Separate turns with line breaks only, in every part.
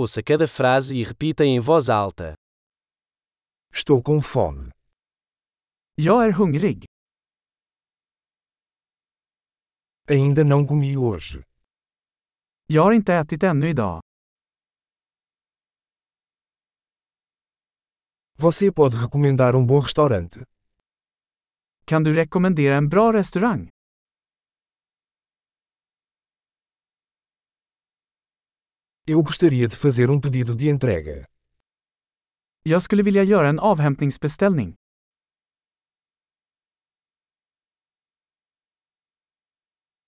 Ouça cada frase e repita em voz alta.
Estou com fome.
Jag är hungrig.
Ainda não comi hoje.
Jag har inte ätit ännu idag.
Você pode recomendar um bom restaurante?
Kan du rekommendera en bra restaurang?
Eu gostaria de fazer um pedido de entrega.
Jag skulle vilja göra en avhämtningsbeställning.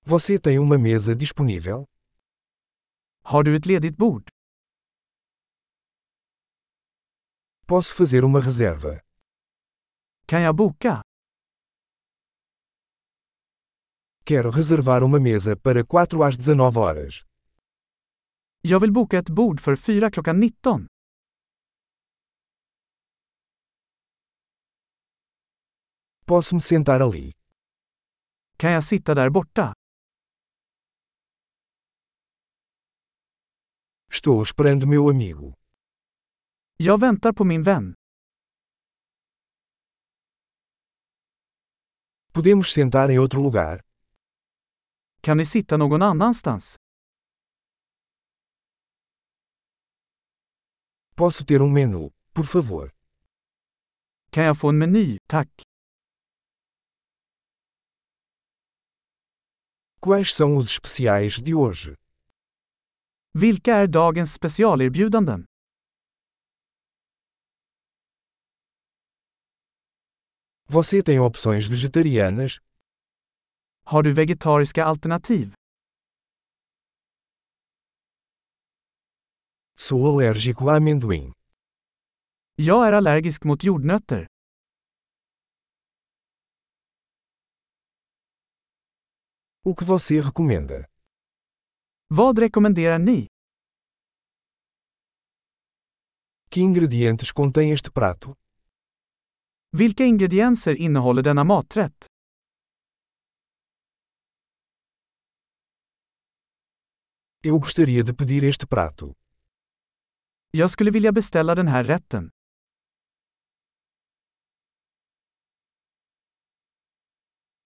Você tem uma mesa disponível?
Har du ett ledigt bord?
Posso fazer uma reserva.
Kan jag boka?
Quero reservar uma mesa para 4 às 19 horas.
Jag vill boka ett bord för fyra klockan 19.
Posso me sentar ali?
Kan jag sitta där borta?
Estou esperando meu amigo.
Jag väntar på min vän.
Podemos sentar em outro lugar?
Kan vi sitta någon annanstans?
Posso ter um menu, por favor?
Kan jag få en meny, tack?
Quais são os especiais de hoje?
Vilka är dagens specialerbjudanden?
Você tem opções vegetarianas?
Har du vegetariska alternativ?
Sou alérgico a amendoim.
Jag är allergisk mot jordnötter.
O que você recomenda?
Vad rekommenderar ni?
Que ingredientes contém este prato?
Vilka ingredienser innehåller denna maträtt?
Eu gostaria de pedir este prato.
Jag skulle vilja beställa den här rätten.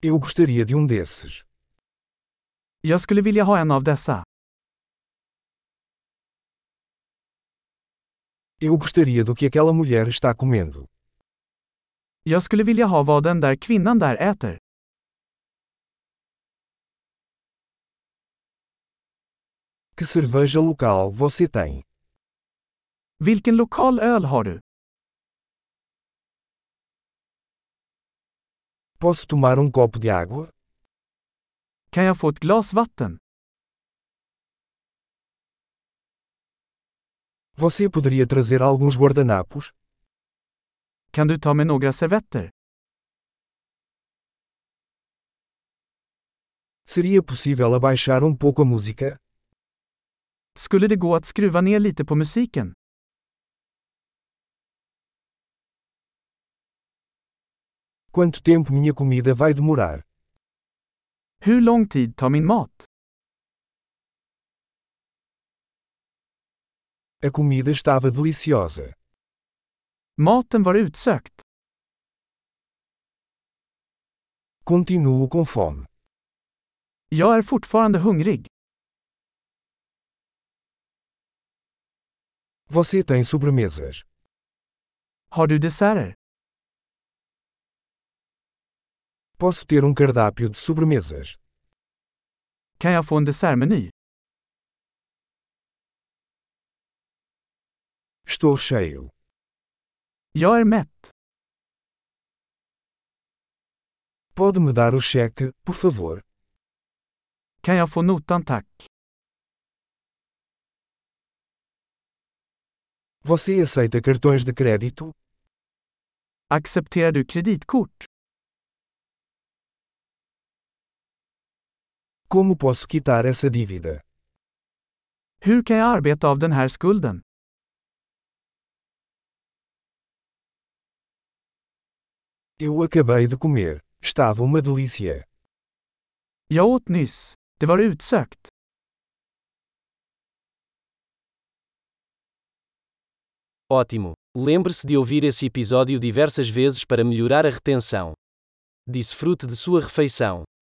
Eu gostaria de um desses.
Jag skulle vilja ha en av dessa.
Eu gostaria do que aquela mulher está comendo.
Jag skulle vilja ha vad den där kvinnan där äter.
Que cerveja local você tem?
Vilken lokal öl har du?
Posso tomar um copo de água?
Kan jag få ett glas vatten?
Você poderia trazer alguns guardanapos?
Kan du ta med några servetter?
Seria possível abaixar um pouco a música?
Skulle det gå att skruva ner lite på musiken?
Quanto tempo minha comida vai demorar?
Hur lång tid tar min mat?
A comida estava deliciosa.
Maten var utsökt.
Continuo com fome.
Jag är fortfarande hungrig.
Você tem sobremesas?
Har du desserter?
Posso ter um cardápio de sobremesas?
Kan jag få en dessertmeny?
Estou cheio.
Jag är mätt.
Pode me dar o cheque, por favor?
Kan jag få notan tack?
Você aceita cartões de crédito?
Accepterar du kreditkort?
Como posso quitar essa dívida?
Hur kan jag arbeta av den här skulden?
Eu acabei de comer. Estava uma delícia.
Jag åt nyss. Det var utsökt.
Ótimo! Lembre-se de ouvir esse episódio diversas vezes para melhorar a retenção. Desfrute de sua refeição.